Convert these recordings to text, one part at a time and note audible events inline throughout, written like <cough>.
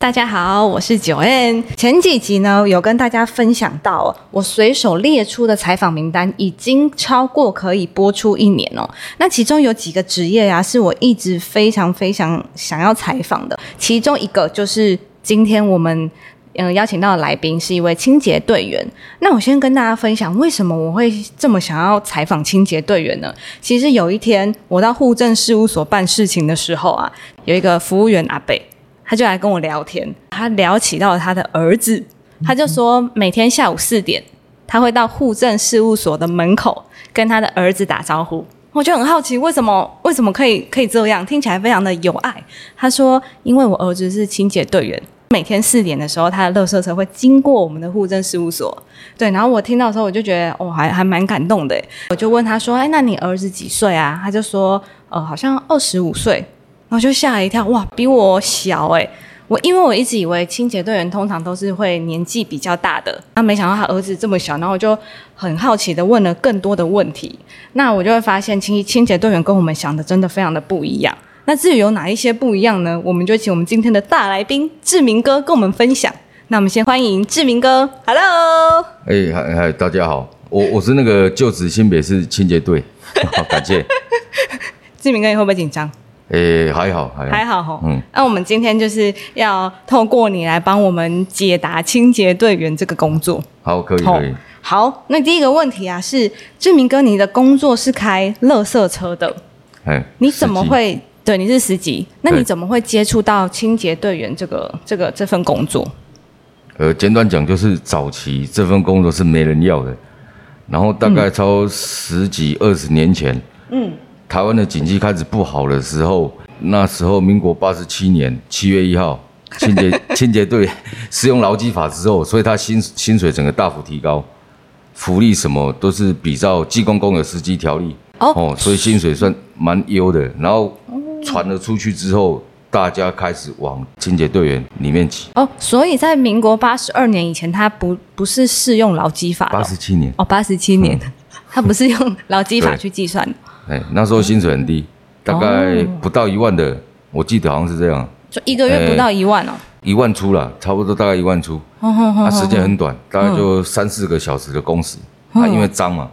大家好，我是九 N。前几集呢，有跟大家分享到哦，我随手列出的采访名单已经超过可以播出一年哦。那其中有几个职业呀、是我一直非常非常想要采访的。其中一个就是今天我们嗯、呃邀请到的来宾是一位清洁队员。那我先跟大家分享，为什么我会这么想要采访清洁队员呢？其实有一天我到户政事务所办事情的时候啊，有一个服务员阿北。他就来跟我聊天，他聊起到了他的儿子，他就说每天下午四点，他会到户政事务所的门口跟他的儿子打招呼。我就很好奇，为什么为什么可以可以这样？听起来非常的有爱。他说，因为我儿子是清洁队员，每天四点的时候，他的垃圾车会经过我们的户政事务所。对，然后我听到的时候，我就觉得哦，还还蛮感动的耶。我就问他说，哎，那你儿子几岁啊？他就说，呃，好像二十五岁。然后就吓了一跳，哇，比我小哎、我因为我一直以为清洁队员通常都是会年纪比较大的，那没想到他儿子这么小，然后我就很好奇的问了更多的问题。那我就会发现清清洁队员跟我们想的真的非常的不一样。那至于有哪一些不一样呢？我们就请我们今天的大来宾志明哥跟我们分享。那我们先欢迎志明哥，Hello，哎，嗨嗨，大家好，我我是那个就职新北市清洁队， <laughs> 好感谢。志明哥你会不会紧张？哎，还好，还好，还好哈，嗯嗯，那我们今天就是要透过你来帮我们解答清洁队员这个工作。好，可以，好可以，好，那第一个问题啊是，志明哥，你的工作是开垃圾车的，哎，你怎么司机？会？对，你是司机，那你对怎么会接触到清洁队员这个这个这份工作？呃，简短讲就是早期这份工作是没人要的，然后大嗯概超十几二十年前，嗯，台湾的经济开始不好的时候，那时候民国八十七年七月一号，<laughs> 清洁清洁队适用劳基法之后，所以他薪薪水整个大幅提高，福利什么都是比照技工工有司机条例哦哦，所以薪水算蛮优的。然后传了出去之后，大家开始往清洁队员里面挤，哦，所以在民国八十二年以前，它不不是适用劳基法的八哦十七年。哦，八十七 <laughs> 年，它不是用劳基法对去计算的，哎，那时候薪水很低，大概不到一万的，我记得好像是这样，就一个月不到一万哦。一万出了，差不多大概一万出，哦哦哦啊，时间很短，大概就三四个小时的工时，啊，因为脏嘛，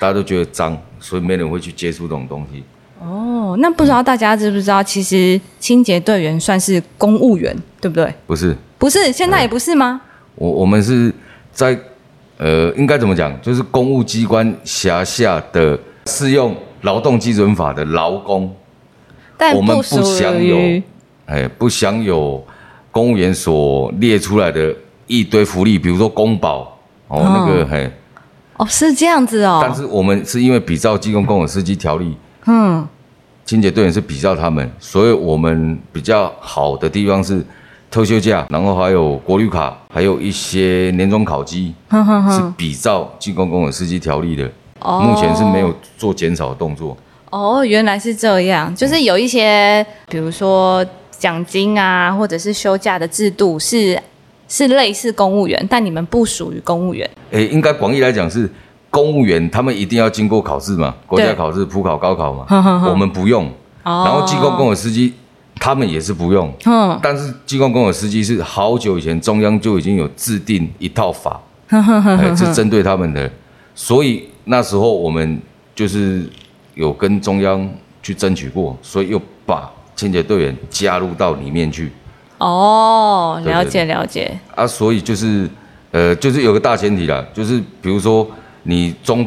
大家都觉得脏，所以没人会去接触这种东西。哦，那不知道大家知不知道，其实清洁队员算是公务员，对不对？不是，不是，现哎在也不是吗？我我们是在呃，应该怎么讲，就是公务机关辖下的适用劳动基准法的劳工，但我们不属享于有，哎，不享有公务员所列出来的一堆福利，比如说公保哦，那个嘿，哦，是这样子嗯但哦。是我们是因为比照《技工公有司机条例》，嗯，清洁队员是比照他们，所以我们比较好的地方是特休假，然后还有国旅卡，还有一些年终考绩哼哼是哼。比照《技工公有司机条例》的，哦目前是没有做减少的动作。哦，原来是这样，就是有一些，比如说奖金啊，或者是休假的制度是是类似公务员，但你们不属于公务员。诶，应该广义来讲是公务员，他们一定要经过考试嘛，国家对考试、普考、高考嘛哼哼，哼我们不用。哦然后机构公有司机，他们也是不用。嗯，但是机构公有司机是好久以前中央就已经有制定一套法，哼哼哼哎，是针对他们的，所以那时候我们就是有跟中央去争取过，所以又把清洁队员加入到里面去。哦，对对了解了解。啊，所以就是呃，就是有个大前提啦，就是比如说你中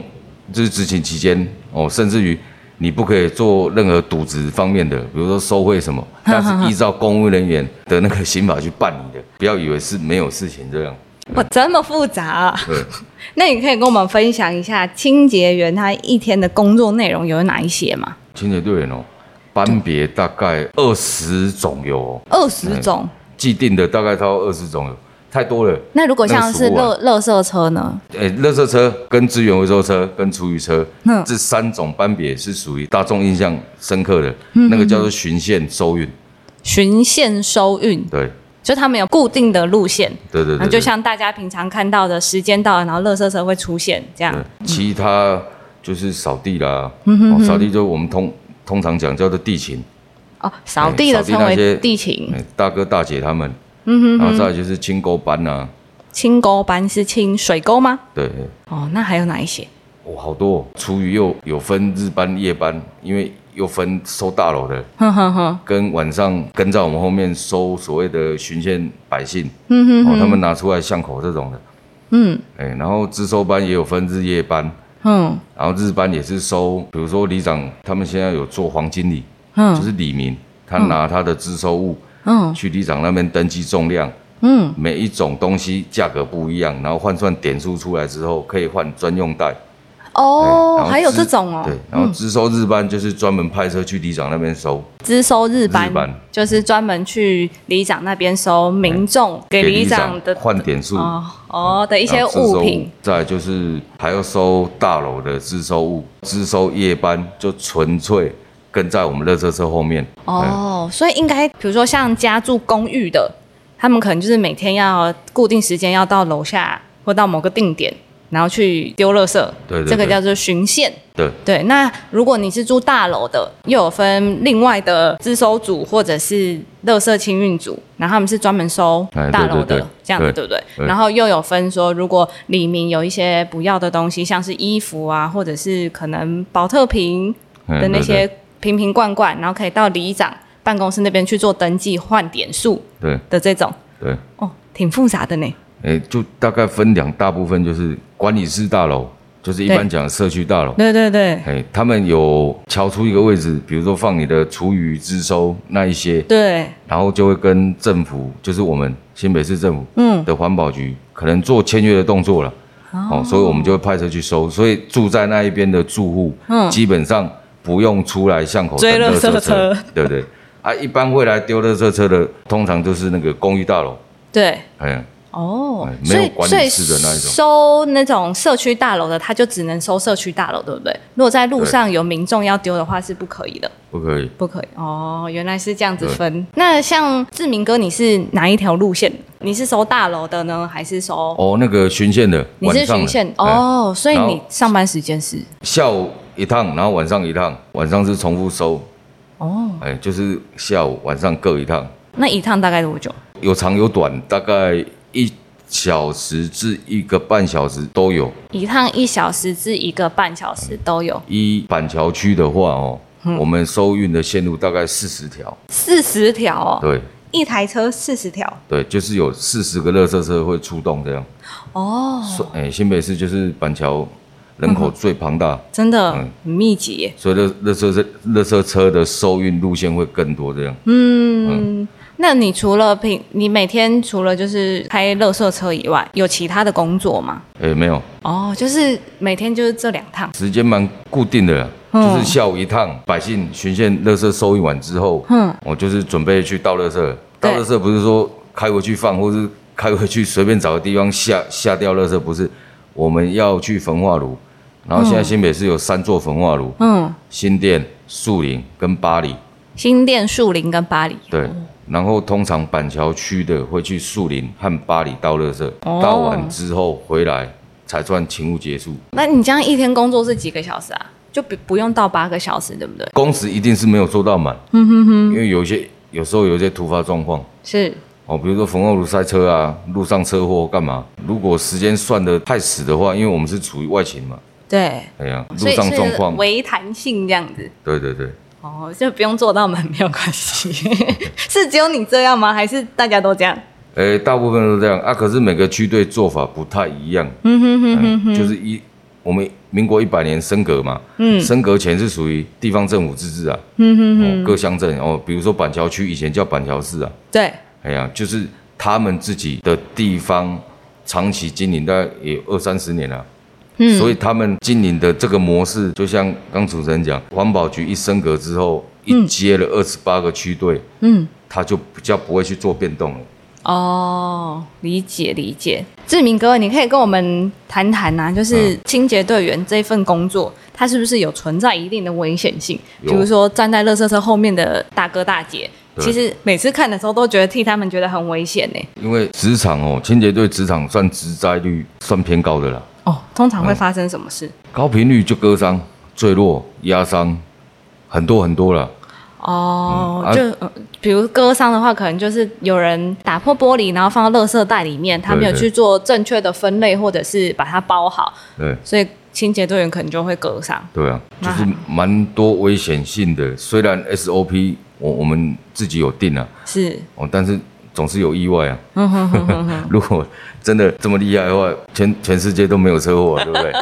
就是执勤期间哦，甚至于你不可以做任何渎职方面的，比如说收贿什么，但是依照公务人员的那个刑法去办理的，不要以为是没有事情这样。哇，这么复杂、啊。对， <laughs> 那你可以跟我们分享一下清洁员他一天的工作内容有哪一些吗？清洁队员哦，班别大概二十种有、哦，二十种哎既定的大概超二十种有，太多了。那如果像是那个乐乐色车呢？诶，垃圾车、跟资源回收车、跟厨余车，嗯这三种班别是属于大众印象深刻的，嗯那个叫做循线收运。循线收运，对，就他们有固定的路线，对对然后对，就对像大家平常看到的时间到了，然后乐色车会出现这样对。其他就是扫地啦，嗯哦扫地就我们通通常讲叫做地勤，哦，扫地的哎扫地称那为些哎地勤，诶大哥大姐他们，嗯然后再来就是清沟班啊，清沟班是清水沟吗？对，哦，那还有哪一些？哦，好多哦厨余又有分日班、夜班，因为又分收大楼的，哼哼哼，跟晚上跟在我们后面收所谓的巡线百姓，嗯哦，他们拿出来巷口这种的，嗯哎，然后自收班也有分日夜班，哼然后日班也是收，比如说里长他们现在有做黄经理，就哼是哎李明，他拿他的自收物嗯去里长那边登记重量，嗯，每一种东西价格不一样，然后换算点数出来之后可以换专用袋。哦然，后还有自这种哦对，，然后自收日班就是专门派车去里长那边收，资收日班日班就是专门去里长那边收民哎众给里长的换点数。哦哦的一一些物品，，再来就是还要收大楼的自收物，自收夜班就纯粹跟在我们垃圾车后面。哦，所以应该比如说像家住公寓的，他们可能就是每天要固定时间要到楼下或到某个定点，然后去丢垃圾。对对对这个叫做巡线。对对，那如果你是住大楼的，又有分另外的自收组或者是垃圾清运组，然后他们是专门收哎对大楼的、对对这样子，对对不对？对然后又有分说，如果里面有一些不要的东西，像是衣服啊，或者是可能保特瓶嗯的那对些瓶瓶罐罐，然后可以到里长办公室那边去做登记换点数对的这种，对，哦，挺复杂的呢。哎，就大概分两大部分，就是管理室大楼，就是一对般讲社区大楼。对对对哎，他们有敲出一个位置，比如说放你的厨余自收那一些，对，然后就会跟政府，就是我们新北市政府嗯的环保局，可能做签约的动作了。哦，所以我们就会派车去收，所以住在那一边的住户，嗯基本上不用出来巷口等追垃圾圾车对不对？啊，一般会来丢垃圾车的，通常就是那个公寓大楼，对。哎，哦哎，所没以有管所以理室的那一种收那种社区大楼的，他就只能收社区大楼，对不对？如果在路上有民众要丢的话，是不可以的，不可以。不可以。哦，原来是这样子分。那像志明哥，你是哪一条路线？你是收大楼的呢，还是收？哦，那个巡线的，你是晚上巡线的哎哦，所以然后你上班时间是下午一趟，然后晚上一趟，晚上是重复收，哦，哎，就是下午晚上各一趟，那一趟大概多久？有长有短，大概一小时至一个半小时都有。一趟一小时至一个半小时都有，一板桥区的话哦，嗯我们收运的线路大概四十条，四十条哦，对一台车四十条对，就是有四十个垃圾车会出动这样。哦，嗯所哎、新北市就是板桥人口最庞大，真的嗯很密集耶。所以垃垃圾车垃圾车的收运路线会更多这样。嗯，那你除了平，你每天除了就是开垃圾车以外，有其他的工作吗？哎、没有，哦，就是每天就是这两趟。时间蛮固定的啦。嗯就是下午一趟，百姓巡线垃圾收运完之后，嗯我就是准备去倒垃圾。对倒垃圾不是说开回去放，或是开回去随便找个地方下下掉垃圾，不是。我们要去焚化炉，然后现在新北市有三座焚化炉，嗯，新店、树林跟巴黎。新店、树林跟巴黎。对，然后通常板桥区的会去树林和巴黎倒垃圾，哦倒完之后回来才算勤务结束。那你这样一天工作是几个小时啊？就不不用到八个小时，对不对？工时一定是没有做到满，嗯因为有一些有时候有一些突发状况是，哦，比如说逢二路塞车啊，路上车祸干嘛？如果时间算得太死的话，因为我们是处于外勤嘛，对，哎呀，路所以上状是况，微弹性这样子。对对对，哦，就不用做到 <laughs> 满没有关系。是只有你这样吗？还是大家都这样？哎，大部分都这样啊。可是每个区队做法不太一样，嗯哼哼哼，嗯，就是一我们民国一百年升格嘛，嗯升格前是属于地方政府自治啊，嗯哼，哦，各乡镇哦，比如说板桥区以前叫板桥市啊，对，哎呀，就是他们自己的地方长期经营，大概也有二三十年了、嗯所以他们经营的这个模式，就像刚主持人讲，环保局一升格之后，一接了二十八个区队，嗯，他就比较不会去做变动了。哦，理解理解。志明哥，你可以跟我们谈谈呐，就是清洁队员这份工作，它是不是有存在一定的危险性？比有如说站在垃圾车后面的大哥大姐，对其实每次看的时候都觉得替他们觉得很危险呢。因为职场哦，清洁队职场算职灾率算偏高的啦，哦，通常会发生什么事？高频率就割伤、坠落、压伤，很多很多了。哦嗯，啊就呃比如割伤的话，可能就是有人打破玻璃，然后放到垃圾袋里面，他没有对对去做正确的分类，或者是把它包好，对所以清洁队员可能就会割伤。对啊，就那是蛮多危险性的。虽然 SOP 我我们自己有定啊，是，哦，但是总是有意外啊。嗯哼哼哼 <laughs> 哼。如果真的这么厉害的话，全全世界都没有车祸、啊，对 <laughs> 不对？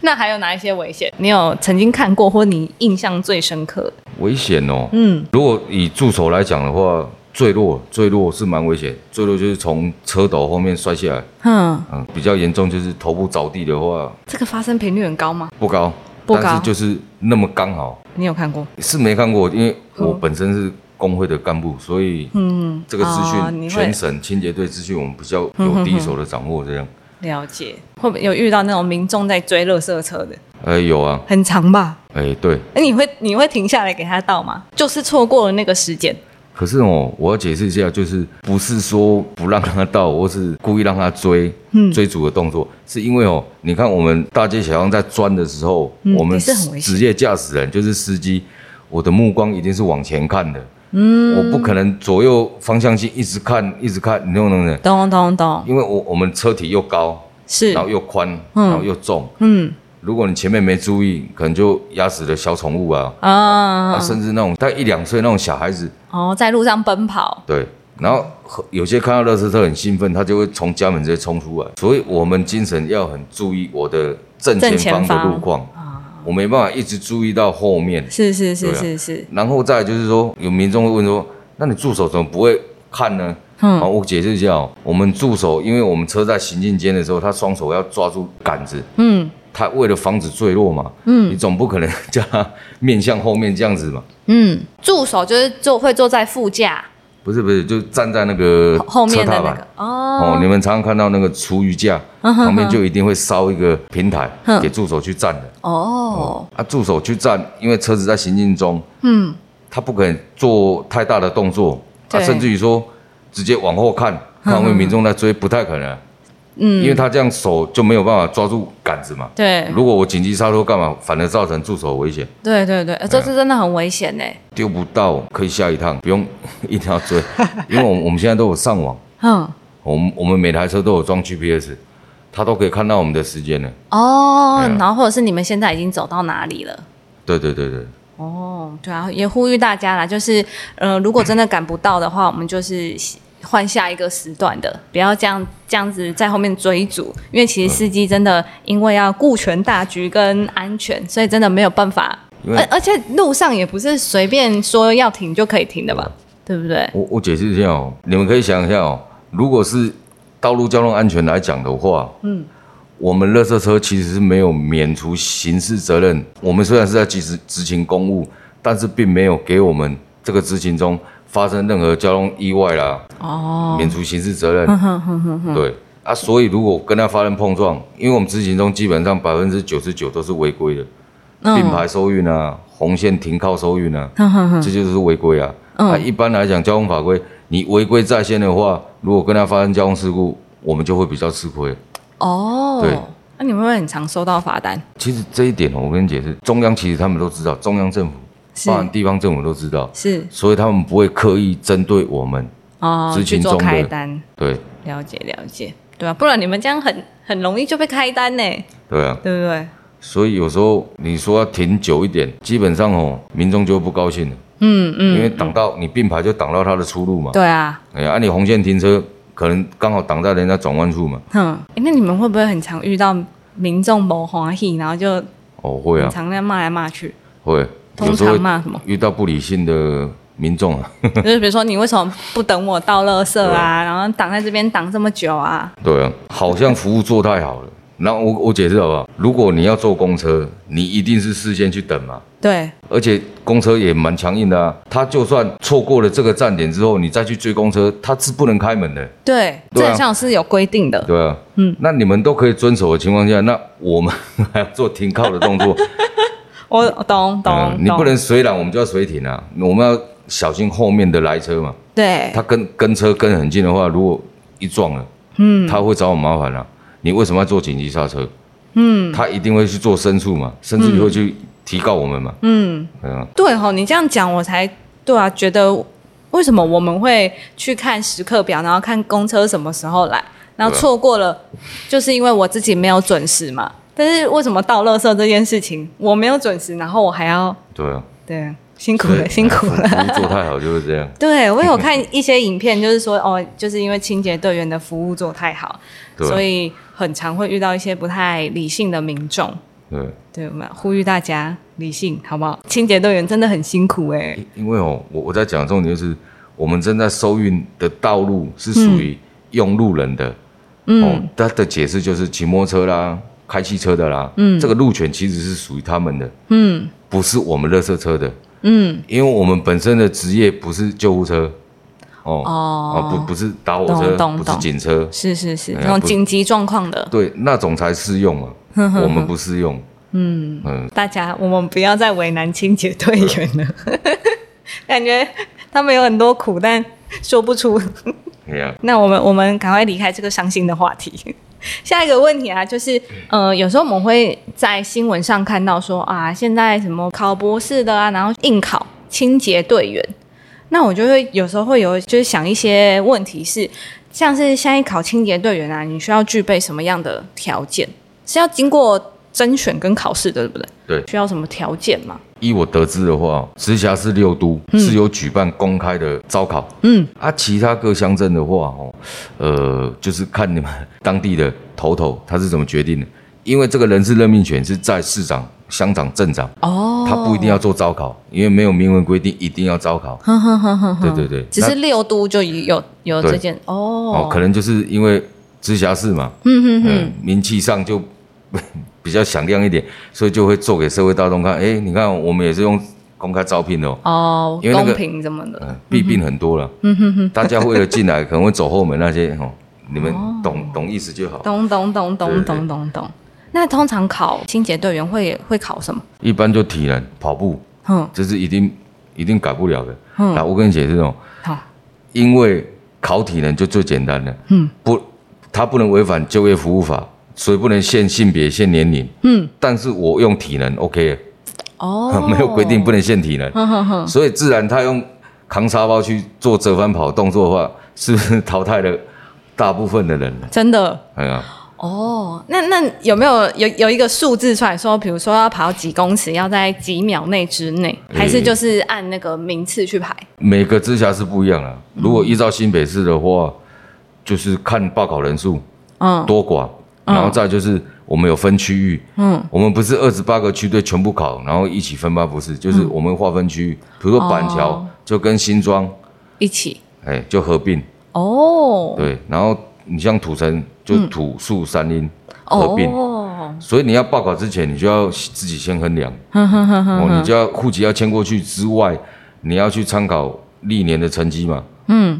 那还有哪一些危险？你有曾经看过或你印象最深刻的？危险哦。嗯，如果以助手来讲的话，坠落坠落是蛮危险，坠落就是从车斗后面摔下来，哼，嗯，比较严重就是头部着地的话这个发生频率很高吗？不高，不高但是就是那么刚好，你有看过？是没看过，因为我本身是工会的干部，所以嗯，这个资哦讯、你会嗯全省清洁队资讯我们比较有第一手的掌握，这样，了解，会不会有遇到那种民众在追垃圾车的？哎、有啊，很长吧？哎、对，哎，你会你会停下来给他倒吗？就是错过了那个时间。可是哦，我要解释一下，就是不是说不让他到，或是故意让他追、嗯追逐的动作，是因为哦，你看我们大街小巷在钻的时候，嗯我们也是很危险职业驾驶人就是司机，我的目光一定是往前看的，嗯，我不可能左右方向性一直看一直看，你懂不懂？懂懂懂，因为我我们车体又高，是然，后又宽，嗯然后又重，嗯如果你前面没注意，可能就压死了小宠物啊，啊啊，，甚至那种大概一两岁那种小孩子。哦，在路上奔跑，对，然后和有些看到垃圾车很兴奋，他就会从家门直接冲出来。所以我们精神要很注意我的正前方的路况，我没办法一直注意到后面。是是是对啊是是，然后再来就是说，有民众会问说：“那你助手怎么不会看呢？”嗯好，我解释一下哦。我们助手，因为我们车在行进间的时候，他双手要抓住杆子，嗯他为了防止坠落嘛。嗯，你总不可能叫他面向后面这样子嘛？嗯，助手就是坐会坐在副驾不是不是，就站在那个后后面车的踏那板个，嗯哦，哦，你们常常看到那个厨余架旁边就一定会烧一个平台哼给助手去站的。哦，啊，助手去站，因为车子在行进中，嗯，他不肯做太大的动作，他对嗯甚至于说直接往后看，看后面民众在追，不太可能。嗯，因为他这样手就没有办法抓住杆子嘛。对如果我紧急刹车干嘛，反而造成助手危险，对对对，呃啊这次真的很危险欸呢。丢不到可以下一趟，不用 <laughs> 一定要追， <laughs> 因为我们我们现在都有上网，嗯，我们我们每台车都有装 GPS，它都可以看到我们的时间呢。哦对啊，然后或者是你们现在已经走到哪里了？对对对对，哦，对啊，也呼吁大家啦，就是呃，如果真的赶不到的话，我们就是换下一个时段的，不要这样这样子在后面追逐，因为嗯其实司机真的因为要顾全大局跟安全，所以真的没有办法。因为而而且路上也不是随便说要停就可以停的吧，对不对？我我解释一下哦，你们可以想一下哦，如果是道路交通安全来讲的话，嗯，我们垃圾车其实是没有免除刑事责任。我们虽然是在执行执行公务，但是并没有给我们这个执行中发生任何交通意外啦，哦，免除刑事责任。对啊，所以如果跟他发生碰撞，因为我们执行中基本上百分之九十九都是违规的，嗯并排收运啊，红线停靠收运啊，这就是违规啊。嗯啊，一般来讲，交通法规，你违规在先的话，如果跟他发生交通事故，我们就会比较吃亏。啊对哦，那、你们会不会很常收到罚单？其实这一点哦，我跟你解释，中央其实他们都知道，中央政府，是包含地方政府都知道，是所以他们不会刻意针对我们。哦，执去行做中的开单，对，了解了解，对啊？不然你们这样很很容易就被开单呢，对啊。对不对？所以有时候你说要停久一点，基本上哦，民众就会不高兴了，嗯嗯，因为挡到你并排就挡到他的出路嘛。对啊，哎呀，按、你红线停车，可能刚好挡在人家转弯处嘛。哼、诶那你们会不会很常遇到民众不欢喜，然后就哦，会很啊，常在骂来骂去？会。通有时候常骂 <laughs> 什么？遇到不理性的民众啊， <laughs> 就是比如说你为什么不等我到垃圾啊，然后挡在这边挡这么久啊？对啊，好像服务做太好了，然后我我解释好不好？如果你要坐公车，你一定是事先去等嘛，对，而且公车也蛮强硬的啊。他就算错过了这个站点之后，你再去追公车，他是不能开门的，对，对啊这项是有规定的。对啊。嗯，那你们都可以遵守的情况下，那我们 <laughs> 还要做停靠的动作，我 <laughs> 懂懂嗯懂，你不能随拦，我们就要随停啊，我们要小心后面的来车嘛。对他跟跟车跟很近的话，如果一撞了，嗯，他会找我麻烦了、你为什么要做紧急刹车？嗯，他一定会去做申诉嘛，甚至于嗯会去提告我们嘛。嗯，对啊，对吼，你这样讲我才对啊，觉得为什么我们会去看时刻表，然后看公车什么时候来，然后对啊错过了，就是因为我自己没有准时嘛。但是为什么倒垃圾这件事情我没有准时，然后我还要对啊，对辛苦了对辛苦了。不做太好就是这样。 <laughs> 对，我有看一些影片，就是说哦，就是因为清洁队员的服务做太好，对啊所以很常会遇到一些不太理性的民众。对，对，我们呼吁大家理性，好不好？清洁队员真的很辛苦哎、因因为哦，我我在讲的重点就是，我们正在收运的道路是属嗯于用路人的。嗯，哦，他的解释就是骑摩托车啦、开汽车的啦，嗯，这个路权其实是属于他们的，嗯，不是我们垃圾车的。嗯，因为我们本身的职业不是救护车，哦，哦啊不不是打火车，懂懂不是警车，是是是，哎呀那种不紧急状况的，对，那种才适用 <laughs> 嘛，我们不适用。嗯嗯，大家我们不要再为难清洁队员了， <laughs> 感觉他们有很多苦，但说不出。对呀，那我们我们赶快离开这个伤心的话题。 <laughs> 下一个问题啊，就是嗯呃，有时候我们会在新闻上看到说啊，现在什么考博士的啊，然后应考清洁队员。那我就会有时候会有就是想一些问题是，像是现在考清洁队员啊，你需要具备什么样的条件？是要经过甄选跟考试的，对不对？对需要什么条件嘛？依我得知的话，哦直辖市六都是有举办公开的招考，嗯，啊，其他各乡镇的话，哦，呃，就是看你们 <laughs> 当地的头头他是怎么决定的，因为这个人事任命权是在市长、乡长、镇长，哦他不一定要做招考，因为没有明文规定一定要招考。哼哼哼哼哼，对对对，只那是六都就有有对这件哦，可能就是因为直辖市嘛，嗯嗯嗯，名气上就 <laughs> 比较响亮一点，所以就会做给社会大众看。哎，你看我们也是用公开招聘的哦，哦，因为那个公平什么的，嗯，弊病很多了，嗯哼哼，大家为了进来可能会走后门那些哦，你们懂懂意思就好。懂懂懂懂对对懂懂懂。那通常考清洁队员会会考什么？一般就体能、跑步，嗯，这是一定一定改不了的。嗯来，我跟你解释哦，好，因为考体能就最简单了，嗯，不，它不能违反就业服务法，所以不能限性别、限年龄，嗯，但是我用体能 OK，，哦 <laughs> 没有规定不能限体能，哼哼哼，所以自然他用扛沙包去做折返跑动作的话，是不是淘汰了大部分的人了？真的哎呀，哦。那那有没有有有一个数字出来说，比如说要跑几公尺，要在几秒内之内，嗯还是就是按那个名次去排？每个直辖市不一样啊。嗯如果依照新北市的话，就是看报考人数嗯多寡，然后再就是我们有分区域，嗯，我们不是二十八个区队全部考，然后一起分发，不是，就是我们划分区域，比如说板桥嗯哦就跟新庄，一起哎，就合并，哦，嗯对，然后你像土城就土树山阴合并。哦，所以你要报考之前，你就要自己先 <laughs> 衡量，哼哼哼哼，哦，你就要户籍要迁过去之外，你要去参考历年的成绩嘛，嗯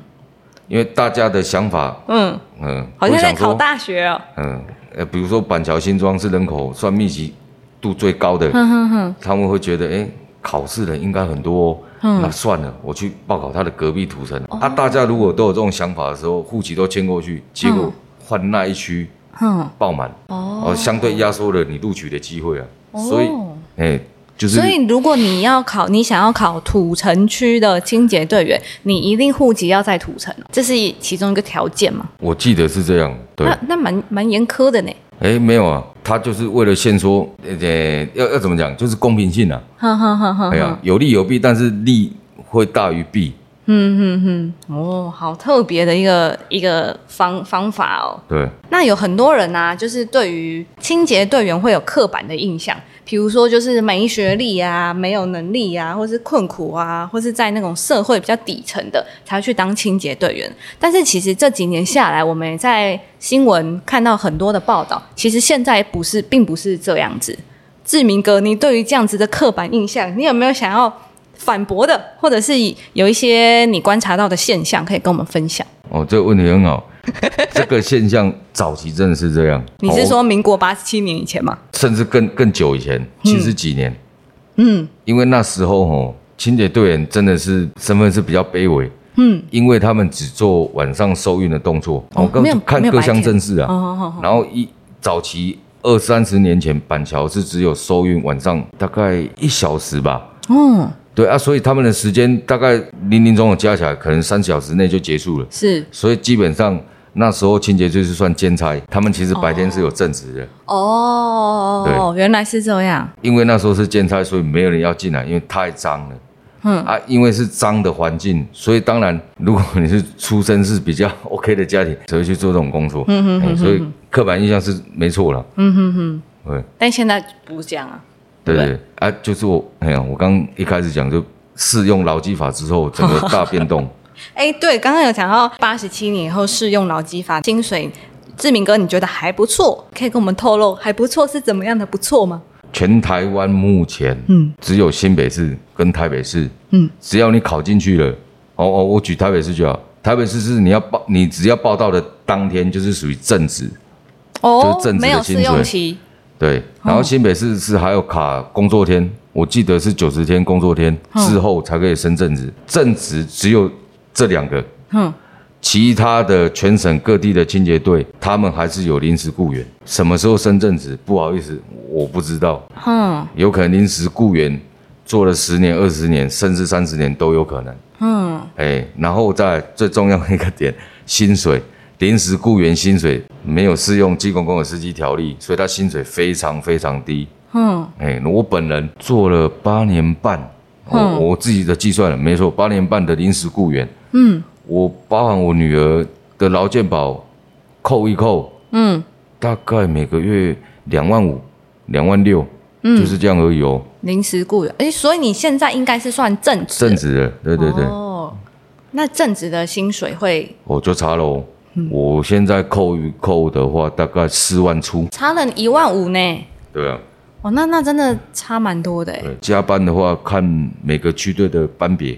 因为大家的想法，嗯，嗯，好像会在想考说，大学哦，嗯，呃，比如说板桥新庄是人口算密集度最 <laughs> 高的，哼哼哼，他们会觉得，哎，考试人应该很多 <laughs> 哦，嗯那算了，我去报考他的隔壁土城。哦啊，大家如果都有这种想法的时候，户籍都迁过去，结果嗯换那一区哼爆满，哦，相对压缩了你录取的机会啊，所以，哎，就是哦所以，如果你要考，你想要考土城区的清洁队员，你一定户籍要在土城，这是其中一个条件嘛？我记得是这样，对。那那蛮蛮严苛的呢。哎，没有啊，他就是为了限缩，呃，要要怎么讲，就是公平性啊，哈哈哈哈哎呀，有利有弊，但是利会大于弊，嗯嗯嗯，哦，好特别的一个一个方方法哦。对，那有很多人啊，就是对于清洁队员会有刻板的印象，比如说就是没学历啊、没有能力啊，或是困苦啊，或是在那种社会比较底层的才会去当清洁队员。但是其实这几年下来，我们也在新闻看到很多的报道，其实现在不是，并不是这样子。志明哥，你对于这样子的刻板印象，你有没有想要反驳的，或者是有一些你观察到的现象可以跟我们分享？哦，这个问题 <laughs> 很好。这个现象早期真的是这样。你是哦，说民国八十七年以前吗？甚至更更久以前，七十几年，嗯因为那时候哦，清洁队员真的是身份是比较卑微，嗯，因为他们只做晚上收运的动作。哦我刚没有看没有各白乡天镇市啊，哦好好，然后一早期二三十年前，板桥是只有收运晚上大概一小时吧。嗯，对啊，所以他们的时间大概零零总总加起来，可能三小时内就结束了。是所以基本上那时候清洁队是算兼差，他们其实白天是有正职的，哦，原来是这样，因为那时候是兼差，所以没有人要进来，因为太脏了。嗯啊，因为是脏的环境，所以当然，如果你是出身是比较 OK 的家庭，才会去做这种工作。嗯嗯嗯，所以刻板印象是没错了。嗯哼哼，但现在不这样啊。对对对对啊，就是我，哎呀，我刚一开始讲就适用劳基法之后，整个大变 <laughs> 动。哎，对，刚刚有讲到八十七年以后适用劳基法，薪水，志明哥你觉得还不错，可以跟我们透露还不错是怎么样的不错吗？全台湾目前，嗯只有新北市跟台北市，嗯，只要你考进去了，哦哦，我举台北市就好。台北市是你要报，你只要报到的当天就是属于正职，哦就是正，职的没有薪试用水期，哦对。然后新北市是还有卡工作天，我记得是九十天工作天哦之后才可以升正职，正职只有这两个，嗯，其他的全省各地的清洁队，他们还是有临时雇员。什么时候升正职？不好意思，我不知道，哼有可能临时雇员做了十年、二十年，甚至三十年都有可能。嗯，哎，然后再来最重要的一个点，薪水，临时雇员薪水没有适用《基本工的司机条例》，所以他薪水非常非常低。嗯，哎，我本人做了八年半，我、嗯我自己的计算了，没错，八年半的临时雇员。嗯，我包含我女儿的劳健保扣一扣，嗯，大概每个月两万五、两万六，就是这样而已哦，临时雇员，哎，所以你现在应该是算正职，正职的，对对对，哦，那正职的薪水会我就查了哦。嗯我现在扣一扣的话，大概四万出。差了一万五呢？对啊，哦，那那真的差蛮多的哎。对，加班的话看每个区队的 <laughs> 班别，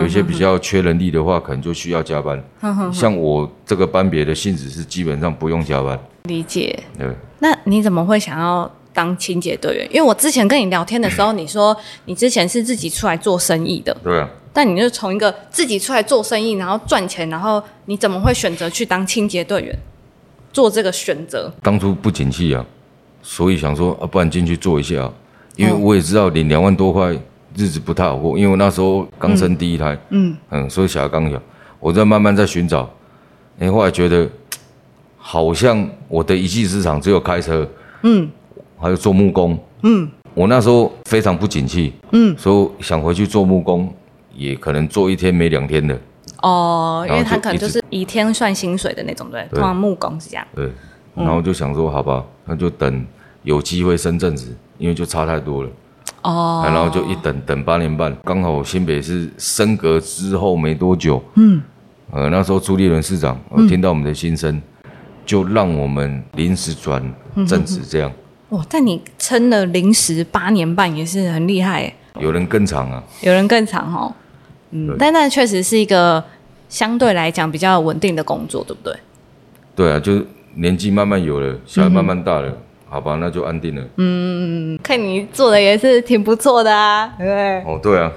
有一些比较缺人力的话，可能就需要加班。像我这个班别的性质是基本上不用加班，理解。对，那你怎么会想要当清洁队员？因为我之前跟你聊天的时候，你说你之前是自己出来做生意的，对啊，但你就从一个自己出来做生意，然后赚钱，然后你怎么会选择去当清洁队员？做这个选择，当初不景气啊，所以想说啊，不然进去做一下、啊，因哦为我也知道领两万多块日子不太好过，因为我那时候刚生第一胎，嗯嗯，所以小孩刚小，我在慢慢在寻找，哎、后来觉得好像我的一技之长只有开车，嗯还有做木工，嗯我那时候非常不景气，嗯，所以想回去做木工，也可能做一天没两天的，哦，因为然后他就可能一就直是以天算薪水的那种，对不对，对通常木工是这样。对。嗯然后就想说，好吧，那就等有机会升正职，因为就差太多了。哦，然后就一等等八年半，刚好新北市升格之后没多久，嗯呃，那时候朱立伦市长、呃、听到我们的心声，就让我们临时转正职，这样、哇，但你撑了临时八年半也是很厉害耶。有人更长啊，有人更长哦。嗯对，但那确实是一个相对来讲比较稳定的工作，对不对？对啊，就是年纪慢慢有了，小孩慢慢大了，嗯好吧，那就安定了。看你做的也是挺不错的啊，对不对？哦，<laughs> 对啊，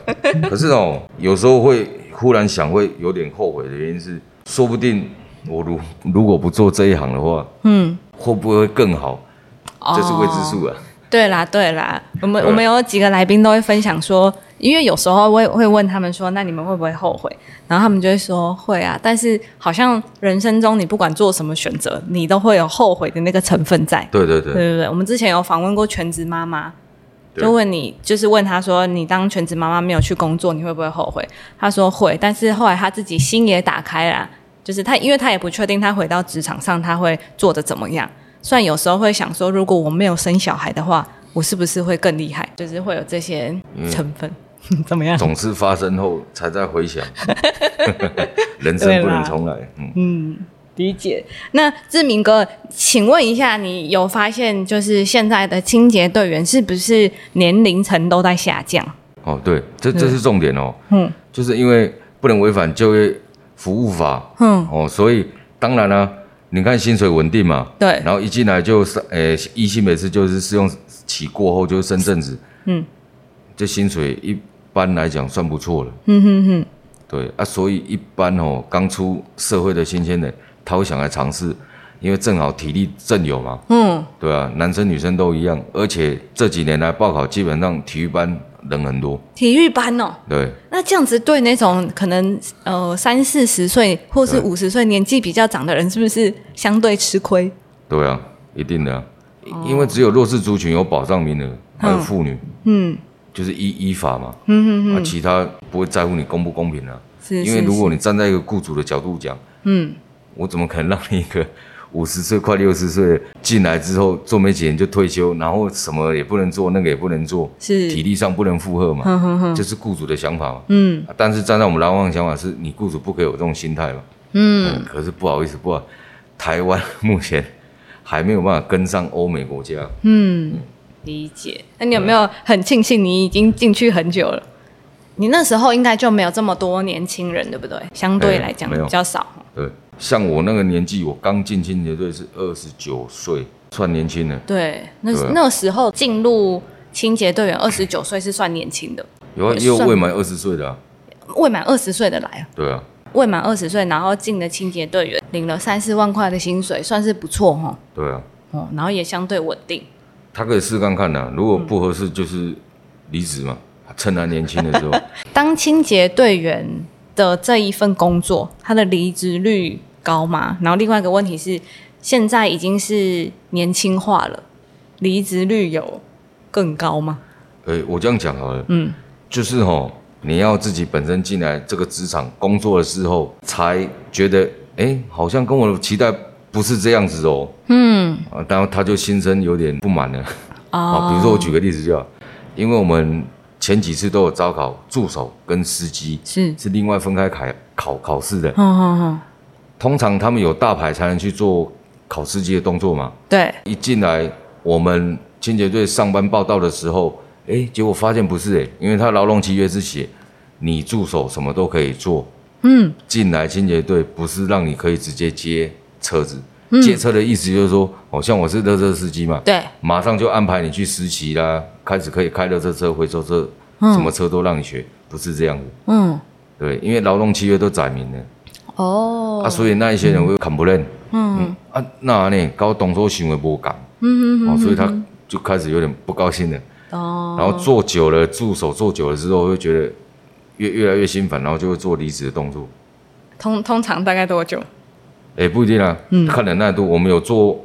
可是哦，有时候会忽然想，会有点后悔的原因是，说不定我如如果不做这一行的话，嗯，哦会不会更好？这是未知数啊。对啦，对啦，我们对我们有几个来宾都会分享说，因为有时候会会问他们说，那你们会不会后悔？然后他们就会说会啊，但是好像人生中你不管做什么选择，你都会有后悔的那个成分在，对对对，对对对。我们之前有访问过全职妈妈，对就问你，就是问他说，你当全职妈妈没有去工作，你会不会后悔？他说会，但是后来他自己心也打开了，就是他，因为他也不确定他回到职场上他会做的怎么样。虽然有时候会想说，如果我没有生小孩的话，我是不是会更厉害？就是会有这些成分，嗯怎么样？总是发生后才在 <laughs> 回想，人生不能重来。嗯，理解。那志明哥，请问一下，你有发现就是现在的清洁队员是不是年龄层都在下降？哦，对，这这是重点哦，嗯就是因为不能违反就业服务法。嗯，哦，所以当然啦、啊你看薪水稳定嘛，对然后一进来就是，呃，一期每次就是试用期过后就是升正职，嗯，这薪水一般来讲算不错了，嗯哼哼，对啊，所以一般哦，刚出社会的新鲜人，他会想来尝试，因为正好体力正有嘛，嗯，对啊，男生女生都一样，而且这几年来报考基本上体育班人很多，体育班哦。对，那这样子对那种可能呃三四十岁或是对五十岁年纪比较长的人，是不是相对吃亏？对啊，一定的、啊，因为只有弱势族群有保障名额，还有妇女，嗯，就是依依法嘛，嗯啊，其他不会在乎你公不公平啊，是因为是如果你站在一个雇主的角度讲，嗯，我怎么可能让你一个 <laughs> 五十岁快六十岁进来之后做没几年就退休，然后什么也不能做，那个也不能做，是体力上不能负荷嘛，嗯哼哼哼，这是雇主的想法嘛。嗯啊但是站在我们劳方的想法是，你雇主不可以有这种心态嘛。嗯，嗯，可是不好意思，不好，台湾 <laughs> 目前还没有办法跟上欧美国家。嗯，理解。那你有没有很庆幸你已经进去很久了？你那时候应该就没有这么多年轻人，对不对？相对来讲哎没有比较少。对，像我那个年纪，我刚进清洁队是二十九岁，算年轻的。对，那对啊那时候进入清洁队员，二十九岁是算年轻的，有啊，也也有算未满二十岁的、啊。未满二十岁的来了，对啊，未满二十岁，然后进了清洁队员，领了三四万块的薪水，算是不错哈。对啊，哦，然后也相对稳定。他可以试看看的、啊如果不合适就是离职嘛，趁他年轻的时候。当清洁队员的这一份工作，它的离职率高吗？然后另外一个问题是，现在已经是年轻化了，离职率有更高吗？呃、我这样讲好了，嗯，就是吼，你要自己本身进来这个职场工作的时候，才觉得，哎、好像跟我的期待不是这样子哦。嗯，啊，然后他就心生有点不满了。啊，哦，比如说我举个例子就好，因为我们前几次都有招考助手跟司机，是，是另外分开考考考试的。嗯嗯嗯，通常他们有大牌才能去做考司机的动作嘛。对，一进来，我们清洁队上班报道的时候，诶，结果发现不是诶，因为他劳动契约是写你助手什么都可以做，嗯，进来清洁队不是让你可以直接接车子，接车的意思就是说，好、像我是热车司机嘛，对，马上就安排你去实习啦，开始可以开热车车、回收车，什么车都让你学，不是这样子。嗯，对，因为劳动契约都载明了，哦，啊，所以那一些人会 complain，嗯啊，那呢，搞动作行为不敢，嗯嗯哦，所以他就开始有点不高兴了。嗯，哦，然后做久了，助手做久了之后，会觉得越越来越心烦，然后就会做离职的动作。通通常大概多久？哎，不一定啊，嗯看忍耐度。我们有做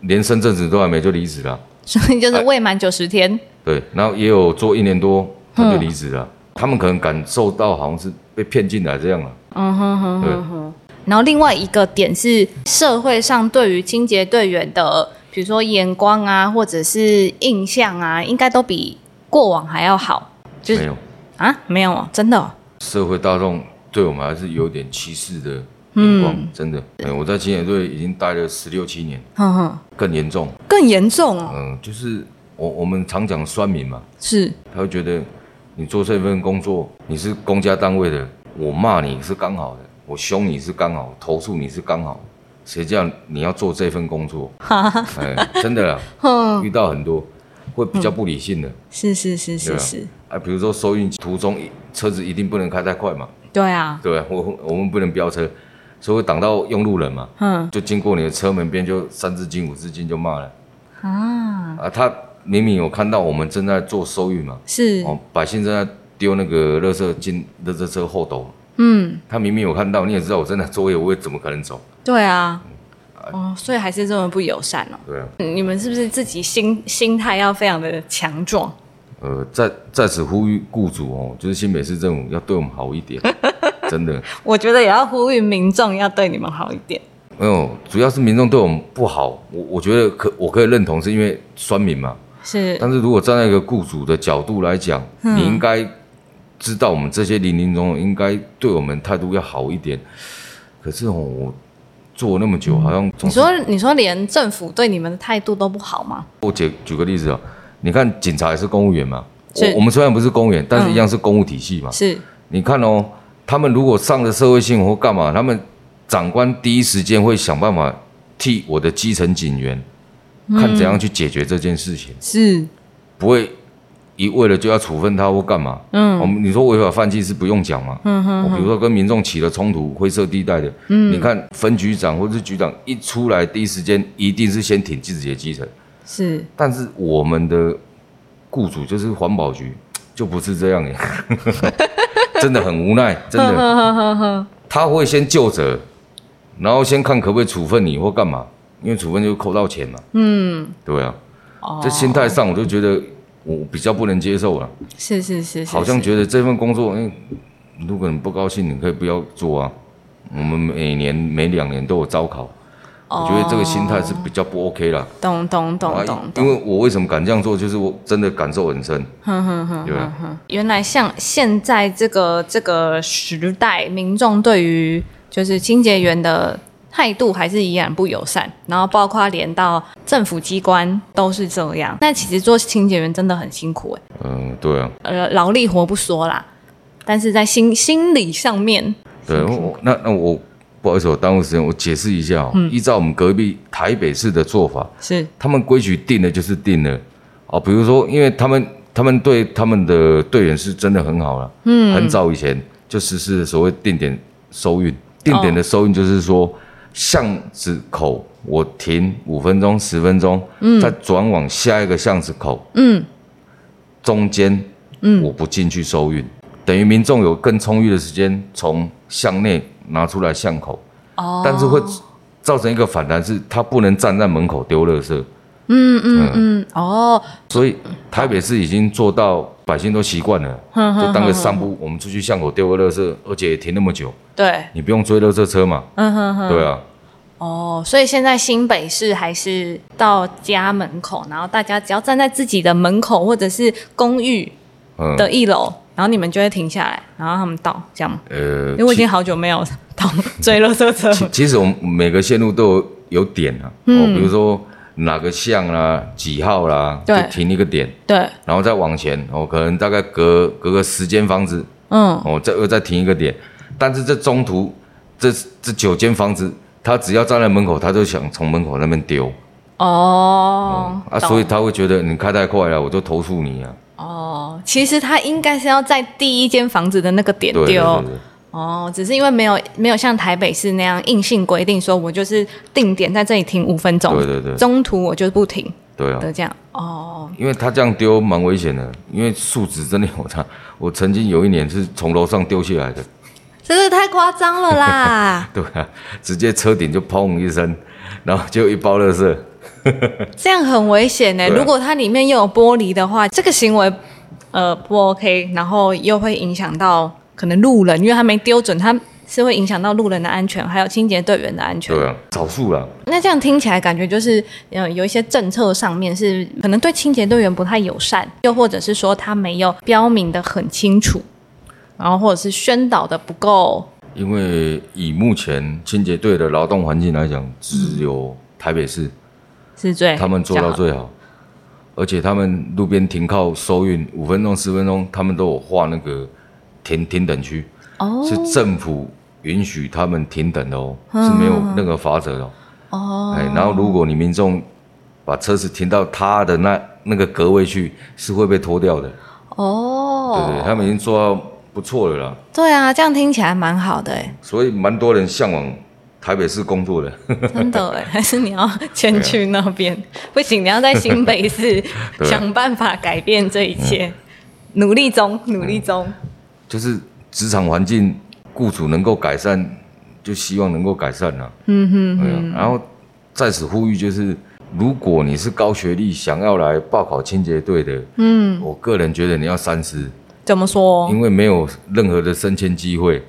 连升正职都还没就离职了啊，所以就是未满九十天，对，然后也有做一年多他就离职了啊。他们可能感受到好像是被骗进来这样了、啊嗯哼哼对哼哼。然后另外一个点是，社会上对于清洁队员的，比如说眼光啊，或者是印象啊，应该都比过往还要好。就是没有，啊，没有哦，真的哦、社会大众对我们还是有点歧视的眼光，真的。哎，我在青年队已经待了十六七年，哼哼，更严重。更严重哦，嗯，就是我我们常讲酸民嘛，是他会觉得你做这份工作，你是公家单位的，我骂你是刚好的，我凶你是刚好，投诉你是刚好，谁叫你要做这份工作？哎，真的啦，遇到很多会比较不理性的，是是是对是啊是，啊，比如说收运途中一车子一定不能开太快嘛，对啊，对吧？我我们不能飙车，所以会挡到用路人嘛，嗯就经过你的车门边就三字经五字经就骂了啊，啊，他明明有看到我们正在做收运嘛，是，哦，百姓正在丢那个垃圾进垃圾车后斗，嗯，他明明有看到，你也知道我正在作业，我也怎么可能走？对啊，哦，所以还是这么不友善哦。对啊，你们是不是自己心心态要非常的强壮？呃，在在此呼吁雇主哦，就是新北市政府要对我们好一点，真的。我觉得也要呼吁民众要对你们好一点。没有，主要是民众对我们不好，我我觉得可我可以认同，是因为酸民嘛。是，但是如果站在一个雇主的角度来讲，嗯你应该知道我们这些零零总总应该对我们态度要好一点。可是哦，我做了那么久，好像嗯总你是说你说连政府对你们的态度都不好吗？我举举个例子啊、你看警察也是公务员嘛，是嗯我我们虽然不是公务员，但是一样是公务体系嘛。是，你看哦，他们如果上了社会新闻或干嘛，他们长官第一时间会想办法替我的基层警员嗯看怎样去解决这件事情，是，不会一为了就要处分他或干嘛。嗯我们你说违法犯纪是不用讲嘛？嗯哼嗯我比如说跟民众起了冲突、灰色地带的，你看分局长或是局长一出来，第一时间一定是先挺自己的基层。是，但是我们的雇主就是环保局，就不是这样耶， <laughs> 真的很无奈，真的。 <laughs> 呵呵呵呵，他会先就责，然后先看可不可以处分你或干嘛，因为处分就扣到钱嘛。嗯，对啊，哦这心态上我就觉得我比较不能接受了，是是是，是好像是觉得这份工作，哎、如果你不高兴，你可以不要做啊。我们每年每两年都有招考，哦我觉得这个心态是比较不 OK 啦。懂懂懂啊懂因懂，为我为什么敢这样做，就是我真的感受很深。哼哼哼对哼啊哼。原来像现在这个这个时代，民众对于就是清洁员的态度还是依然不友善，然后包括连到政府机关都是这样。那其实做清洁员真的很辛苦、欸，嗯，对啊。呃，劳力活不说啦，但是在心心理上面，对，我我那那我不好意思，我耽误时间，我解释一下、哦。嗯依照我们隔壁台北市的做法，是他们规矩定了就是定了哦。比如说，因为他们他们对他们的队员是真的很好了，嗯，很早以前就实施所谓定点收运。定点的收运就是说，巷子口我停五分钟、十分钟，嗯，再转往下一个巷子口，嗯，中间，嗯，我不进去收运，等于民众有更充裕的时间从巷内拿出来巷口，哦，但是会造成一个反弹，是他不能站在门口丢垃圾。嗯嗯嗯，哦，所以台北市已经做到百姓都习惯 <laughs> 了，就当个散步，我们出去巷口丢个垃圾，而且也停那么久，对，你不用追垃圾车嘛？ <laughs> 嗯哼哼，对啊，哦，所以现在新北市还是到家门口，然后大家只要站在自己的门口或者是公寓嗯，的一楼，然后你们就会停下来，然后他们倒，这样吗？呃因为我已经好久没有倒 <laughs> 追垃圾车其了，其实我们每个线路都有有点啊，嗯哦，比如说哪个巷啦、几号啦，就对停一个点，对，然后再往前，哦，可能大概隔隔个十间房子，嗯，哦，再又再停一个点，但是这中途这这九间房子，他只要站在门口，他就想从门口那边丢。哦，啊，懂所以他会觉得你开太快了，我就投诉你啊。哦，其实他应该是要在第一间房子的那个点对对对丢，对哦，只是因为没有没有像台北市那样硬性规定说，我就是定点在这里停五分钟，对对对中途我就不停对啊的，这样。哦，因为他这样丢蛮危险的，因为数值真的有差。我曾经有一年是从楼上丢下来的，！真是太夸张了啦对啊，直接车顶就砰一声，然后就一包垃圾。 <laughs> 这样很危险呢、欸对啊如果它里面又有玻璃的话，这个行为呃不 OK，然后又会影响到可能路人，因为他没丢准，他是会影响到路人的安全，还有清洁队员的安全。对啊，少数啦，那这样听起来感觉就是，呃，有一些政策上面是可能对清洁队员不太友善，又或者是说他没有呃标明的很清楚，然后或者是宣导的不够，因为以目前清洁队的劳动环境来讲，只有台北市是最他们做到比较好最好，而且他们路边停靠收运五分钟、十分钟，他们都有画那个停停等区。哦嗯是政府允许他们停等的哦，是没有任何法则的、哦。哦，哎，然后如果你民众把车子停到他的那那个格位去，是会被拖掉的。对哦，对，他们已经做到不错了啦，对啊，这样听起来蛮好的哎，所以蛮多人向往台北市工作的。 <laughs> 欸真的哎，还是你要迁去那边？啊不行，你要在新北市 <laughs> 对啊嗯想办法改变这一切，努力中，努力中。就是职场环境，雇主能够改啊嗯善，就希望能够改善啦、嗯哼然后在此呼吁，就是如果你是高学历想要来报考清洁队的，嗯，哦我个人觉得你要三思，怎么说？因为没有任何的升迁机会。哦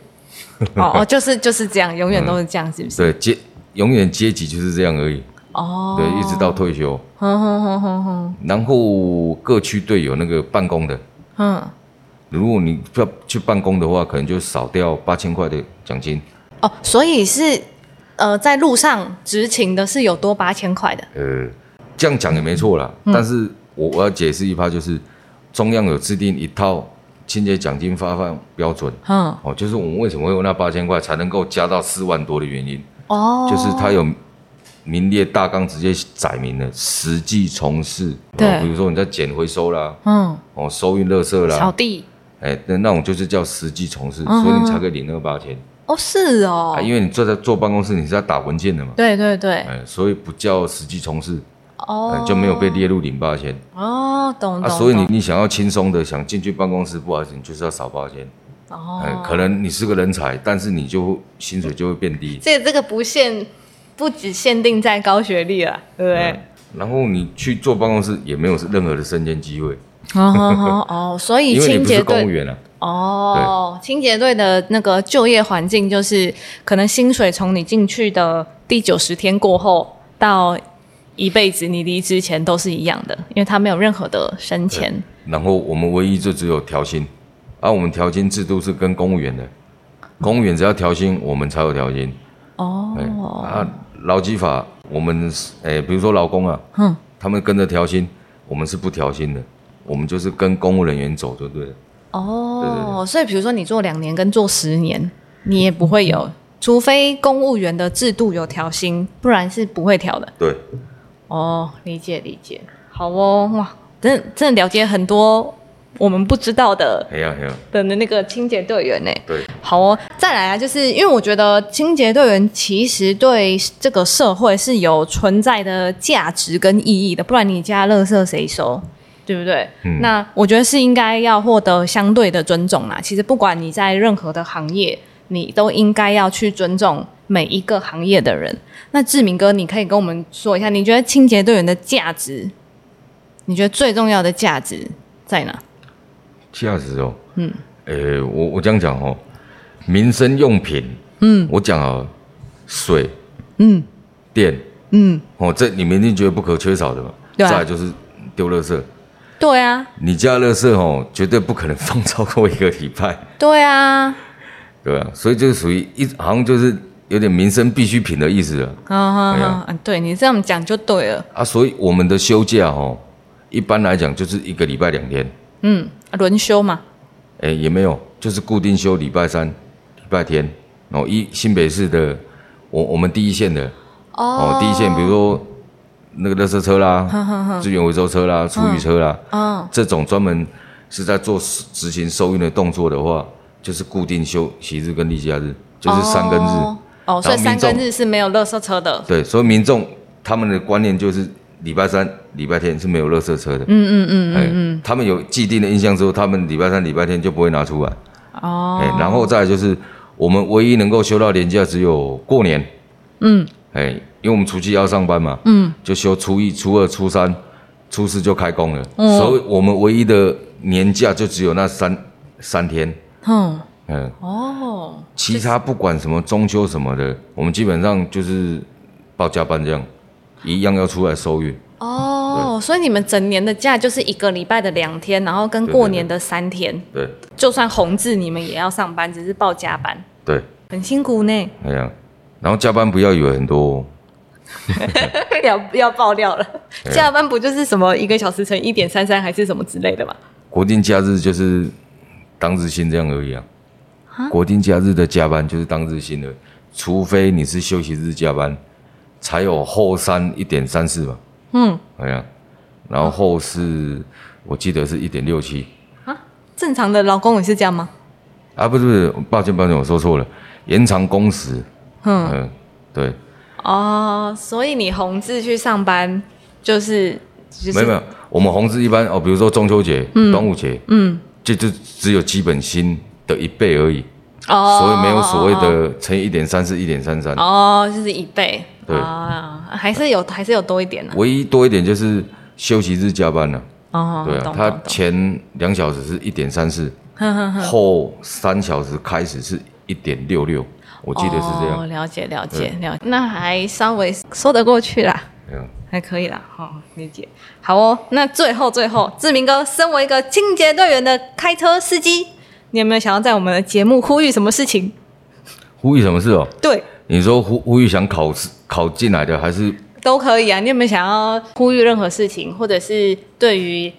嗯哦，就是就是这样，永远都是这样，是不是？对，阶永远阶级就是这样而已。哦，对，一直到退休。哼哼哼哼哼，然后各区队有那个办公的，嗯，如果你要去办公的话，可能就少掉八千块的奖金。哦，所以是呃，在路上执勤的是有多八千块的，呃，这样讲也没错啦，嗯但是我我要解释一趴，就是中央有制定一套清洁奖金发放标准。嗯，哦，就是我们为什么会有那八千块才能够加到四万多的原因，哦，就是它有名列大纲，直接载明了实际从事，对哦，比如说你在捡回收啦，嗯，哦，收运垃圾小啦，弟，哎，那那种就是叫实际从事，嗯所以你才可以领那个八千哦，是哦啊，，因为你坐在坐办公室，你是在打文件的嘛，对对对，哎，所以不叫实际从事，哎哦，就没有被列入领八千哦，懂啊，懂，所以你懂你想要轻松的想进去办公室，不好意思，你就是要少八千，哎哦，，可能你是个人才，但是你就薪水就会变低。这这个不限，不只限定在高学历了，对不对？嗯然后你去坐办公室也没有任何的升迁机会，哦哦哦， <laughs> 哦所以嗯因为你清不是洁公务队员啊。哦，清洁队的那个就业环境就是，可能薪水从你进去的第九十天过后到一辈子你离职前都是一样的，因为他没有任何的升迁。然后我们唯一就只有调薪，啊，我们调薪制度是跟公务员的，公务员只要调薪，我们才有调薪。哎、哦，啊，劳基法我们哎、比如说劳工啊，嗯，他们跟着调薪，我们是不调薪的，我们就是跟公务人员走就对了。哦，所以比如说你做两年跟做十年，你也不会有，除非公务员的制度有调薪，不然是不会调的。对，哦，理解理解，好哦，哇，真的真的了解很多我们不知道的哎呀哎呀，的那个清洁队员呢。对，好哦，再来啊，就是因为我觉得清洁队员其实对这个社会是有存在的价值跟意义的，不然你家垃圾谁收？对不对？嗯那我觉得是应该要获得相对的尊重啦。其实不管你在任何的行业，你都应该要去尊重每一个行业的人。那志明哥，你可以跟我们说一下，你觉得清洁队员的价值，你觉得最重要的价值在哪？价值哦，嗯，哎、我我这样讲哦，民生用品，嗯，我讲啊，水、嗯电。嗯，哦，这你们一定觉得不可缺少的嘛。对啊再来就是丢垃圾，对啊，你家垃圾哦，绝对不可能放超过一个礼拜， <laughs> 对啊，对吧、所以这个属于一，好像就是有点民生必需品的意思了啊啊哎呀啊！嗯对你这样讲就对了。啊。所以我们的休假哦，一般来讲就是一个礼拜两天，嗯，轮休嘛。哎，也没有，就是固定休礼拜三、礼拜天。哦，一新北市的，我我们第一线的哦，第一线，比如说那个垃圾车 <laughs> 啦、资源回收车啦、厨余车啦，嗯，这种专门是在做执行收运的动作的话，就是固定休息日跟例假日，就是三更日。哦哦，所以然后民三众更日是没有垃圾车的。对，所以民众他们的观念就是礼拜三、礼拜天是没有垃圾车的。嗯嗯嗯嗯嗯他们有既定的印象之后，他们礼拜三、礼拜天就不会拿出来。嗯，哦，哎、然后再来就是我们唯一能够休到年假只有过年。嗯哎，因为我们除夕要上班嘛，嗯，就休初一、初二、初三、初四就开工了，哦所以我们唯一的年假就只有那三三天，哼，嗯，哦，其他不管什么中秋什么的，我们基本上就是报加班这样，一样要出来收运，哦，所以你们整年的假就是一个礼拜的两天，然后跟对对过年的三天，对就算红字你们也要上班，只是报加班，对，很辛苦呢。哎呀，然后加班不要以为很多、哦， <laughs> 要要爆料了，加班不就是什么一个小时乘一点三三还是什么之类的嘛？国定假日就是当日薪这样而已啊。国定假日的加班就是当日薪的，除非你是休息日加班，才有后三一点三四嘛。嗯，哎呀，然后后四我记得是一点六七正常的老公也是这样吗？啊，不是不是，抱歉抱歉，我说错了，延长工时。嗯嗯、，对，哦，所以你红字去上班就是就是没有没有，我们红字一般哦，比如说中秋节、端午节，嗯这就只有基本薪的一倍而已，哦，所以没有所谓的乘以一点三四、一点三三。哦，就是一倍对啊，啊，还是有还是有多一点呢、唯一多一点就是休息日加班了、哦，对啊，懂他懂懂，前两小时是一点三四，后三小时开始是一点六六，我记得是这哦，样。了解了解了解，那还稍微说得过去啦。嗯，还可以啦，好、理解。好哦，那最后最后，志明哥，身为一个清洁队员的开车司机，你有没有想要在我们的节目呼吁什么事情？呼吁什么事哦？对，你说呼呼吁想考试考进来的，还是都可以啊。你有没有想要呼吁任何事情，或者是对于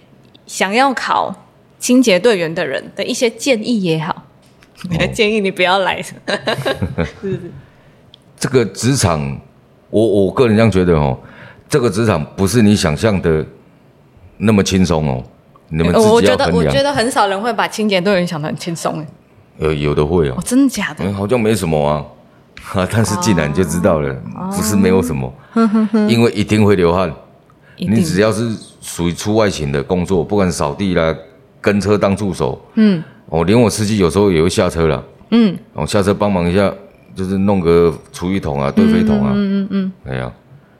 想要考清洁队员的人的一些建议也好？ <laughs> 建议你不要来，这个职场？我我个人这样觉得哦，这个职场不是你想象的那么轻松哦。 <laughs> 你们自我己觉要得我衡觉量。得很少人会把清洁队员想得很轻松哎，有有的会哦哦，，真的假的？嗯，好像没什么啊， <laughs> 哈，但是进来你就知道了，哦不是没有什么，因为一定会流汗。一你定只要是属于出外勤的工作，不管扫地啦、跟车当助手，嗯，哦，连我司机有时候也会下车啦，嗯，哦，下车帮忙一下，就是弄个厨余桶啊、堆肥桶啊，嗯嗯嗯，哎呀，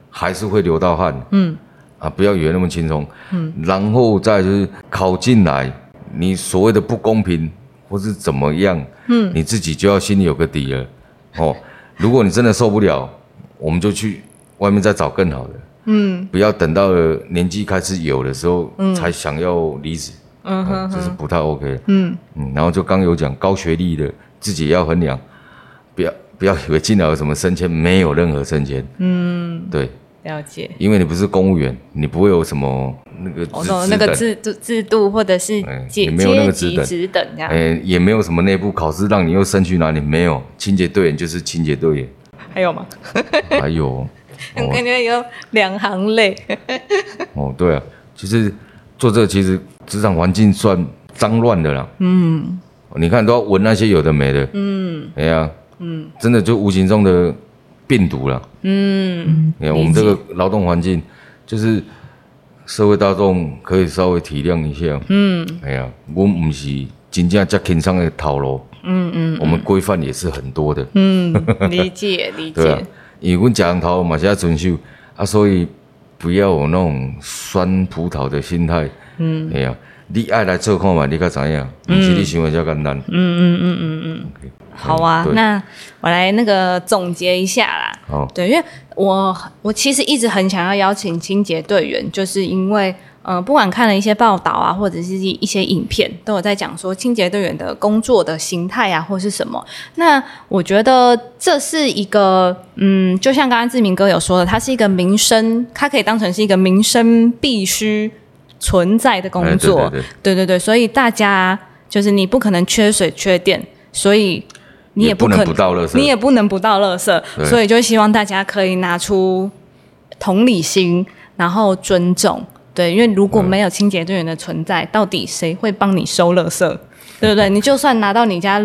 还是会流到汗，嗯，啊，不要以为那么轻松，嗯，然后再就是考进来，你所谓的不公平或是怎么样，嗯，你自己就要心里有个底了，哦，如果你真的受不了，我们就去外面再找更好的。不要等到了年纪开始有的时候、才想要离职，嗯这是不太 OK。嗯嗯，然后就刚有讲高学历的自己也要衡量，不要不要以为进来有什么升迁，没有任何升迁。嗯，对，了解。因为你不是公务员，你不会有什么哦那个我资懂那个，制度制度或者是哎阶也没有那阶个级职等职等啊这资样等，哎、也没有什么内部考试让你又升去哪里，没有。清洁队员就是清洁队 <laughs> 还哎哦员，有吗？还有我 <laughs> 感觉有两行 <laughs> 泪。哦，对啊，就是做这个其实职场环境算脏乱的啦。嗯，你看都要闻那些有的没的。嗯，哎呀，嗯，真的就无形中的病毒了。嗯，你看我们这个劳动环境，就是社会大众可以稍微体谅一下。嗯，哎呀，我们不是真正这轻松的套路。嗯嗯，我们规范也是很多的。嗯，理解理对啊解。，因为阮食红头嘛是要遵守啊，所以不要有那种酸葡萄的心态。嗯，哎呀、你爱来做看嘛，你较知影，毋嗯是你想的遮简单。嗯，好啊，对那我来那个总结一下啦。好，对，因为我我其实一直很想要邀请清洁队员，就是因为呃，不管看了一些报道啊，或者是一些影片，都有在讲说清洁队员的工作的形态啊，或是什么。那我觉得这是一个，嗯，就像刚刚志明哥有说的，它是一个民生，它可以当成是一个民生必须存在的哎嗯工作。对对对对对对，所以大家就是你不可能缺水缺电，所以你也也不可能不到垃圾你也不能不到垃圾，对所以就希望大家可以拿出同理心，然后尊重。对，因为如果没有清洁队员的存在，到底谁会帮你收垃圾？对不对？你就算拿到你家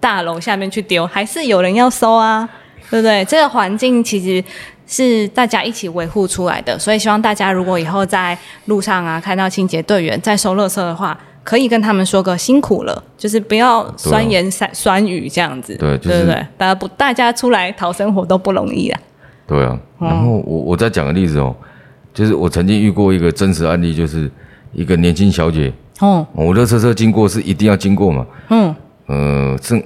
大楼下面去丢，还是有人要收啊，对不对？这个环境其实是大家一起维护出来的，所以希望大家如果以后在路上啊看到清洁队员在收垃圾的话，可以跟他们说个辛苦了，就是不要酸言酸酸语这样子，对就是对不对？大家不大家出来讨生活都不容易啊，对啊。然后我我再讲个例子哦，就是我曾经遇过一个真实案例，就是一个年轻小姐，哦，我的车车经过是一定要经过嘛，嗯，呃，正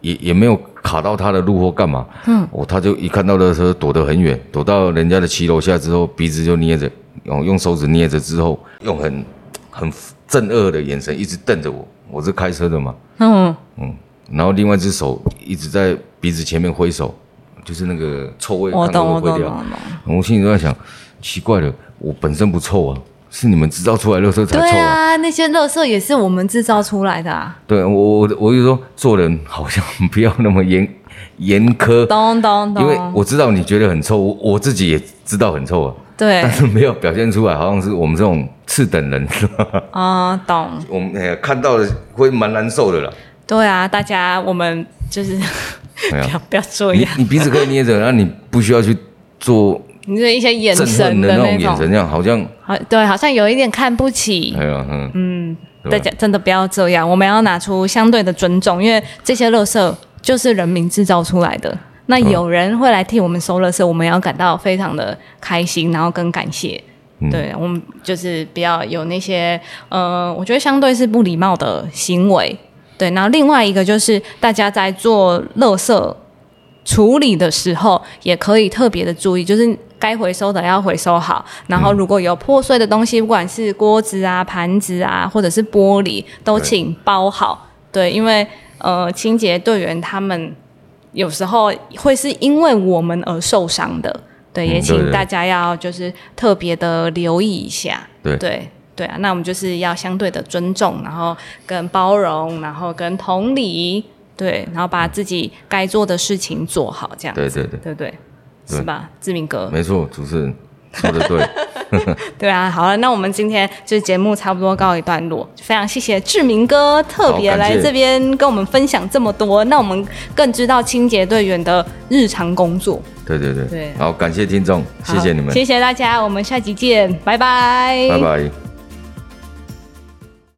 也也没有卡到他的路或干嘛，嗯，哦，他就一看到的车躲得很远，躲到人家的骑楼下之后，鼻子就捏着，哦，用手指捏着之后，用很很正恶的眼神一直瞪着我，我是开车的嘛，嗯，然后另外一只手一直在鼻子前面挥手，就是那个臭味，嗯我看到懂，我会懂，我懂，挥掉我。懂我心里都在想，奇怪了，我本身不臭啊，是你们制造出来的垃圾才对臭啊。啊，那些垃圾也是我们制造出来的啊，对我我我就说做人好像 <laughs> 不要那么严严苛，懂懂懂，因为我知道你觉得很臭，我我自己也知道很臭啊， <laughs> <laughs> 对但是没有表现出来，好像是我们这种次等人， <laughs> 啊、懂。我们哎呀看到了会蛮难受的啦。对啊，大家我们就是 <laughs> 不哎呀要不要这你样，你鼻子可以捏着，然后你不需要去做你的一些眼憎神恨的的那那种眼神，种，这样好像好对，好像有一点看不起。哎呀嗯，对大家真的不要这样，我们要拿出相对的尊重，因为这些垃圾就是人民制造出来的。那有人会来替我们收垃圾，我们要感到非常的开心，然后跟感谢。对我们就是比较有那些呃，我觉得相对是不礼貌的行为。对，然后另外一个就是大家在做垃圾处理的时候，也可以特别的注意，就是该回收的要回收好。然后如果有破碎的东西，不管是锅子啊、盘子啊，或者是玻璃，都对请包好。对，因为呃，清洁队员他们有时候会是因为我们而受伤的。对，嗯也对请对大家要就是特别的留意一下。对对对啊，那我们就是要相对的尊重，然后跟包容，然后跟同理，对，然后把自己该做的事情做好，这样对子，对对，对不对？对是吧，志明哥？没错，主持人说的 <laughs> 对。对啊，好了，那我们今天就是节目差不多告一段落，非常谢谢志明哥特别好感来谢这边跟我们分享这么多，那我们更知道清洁队员的日常工作。对对对，对好，感谢听众，谢好谢你们，谢谢大家，我们下集见，拜拜，拜拜。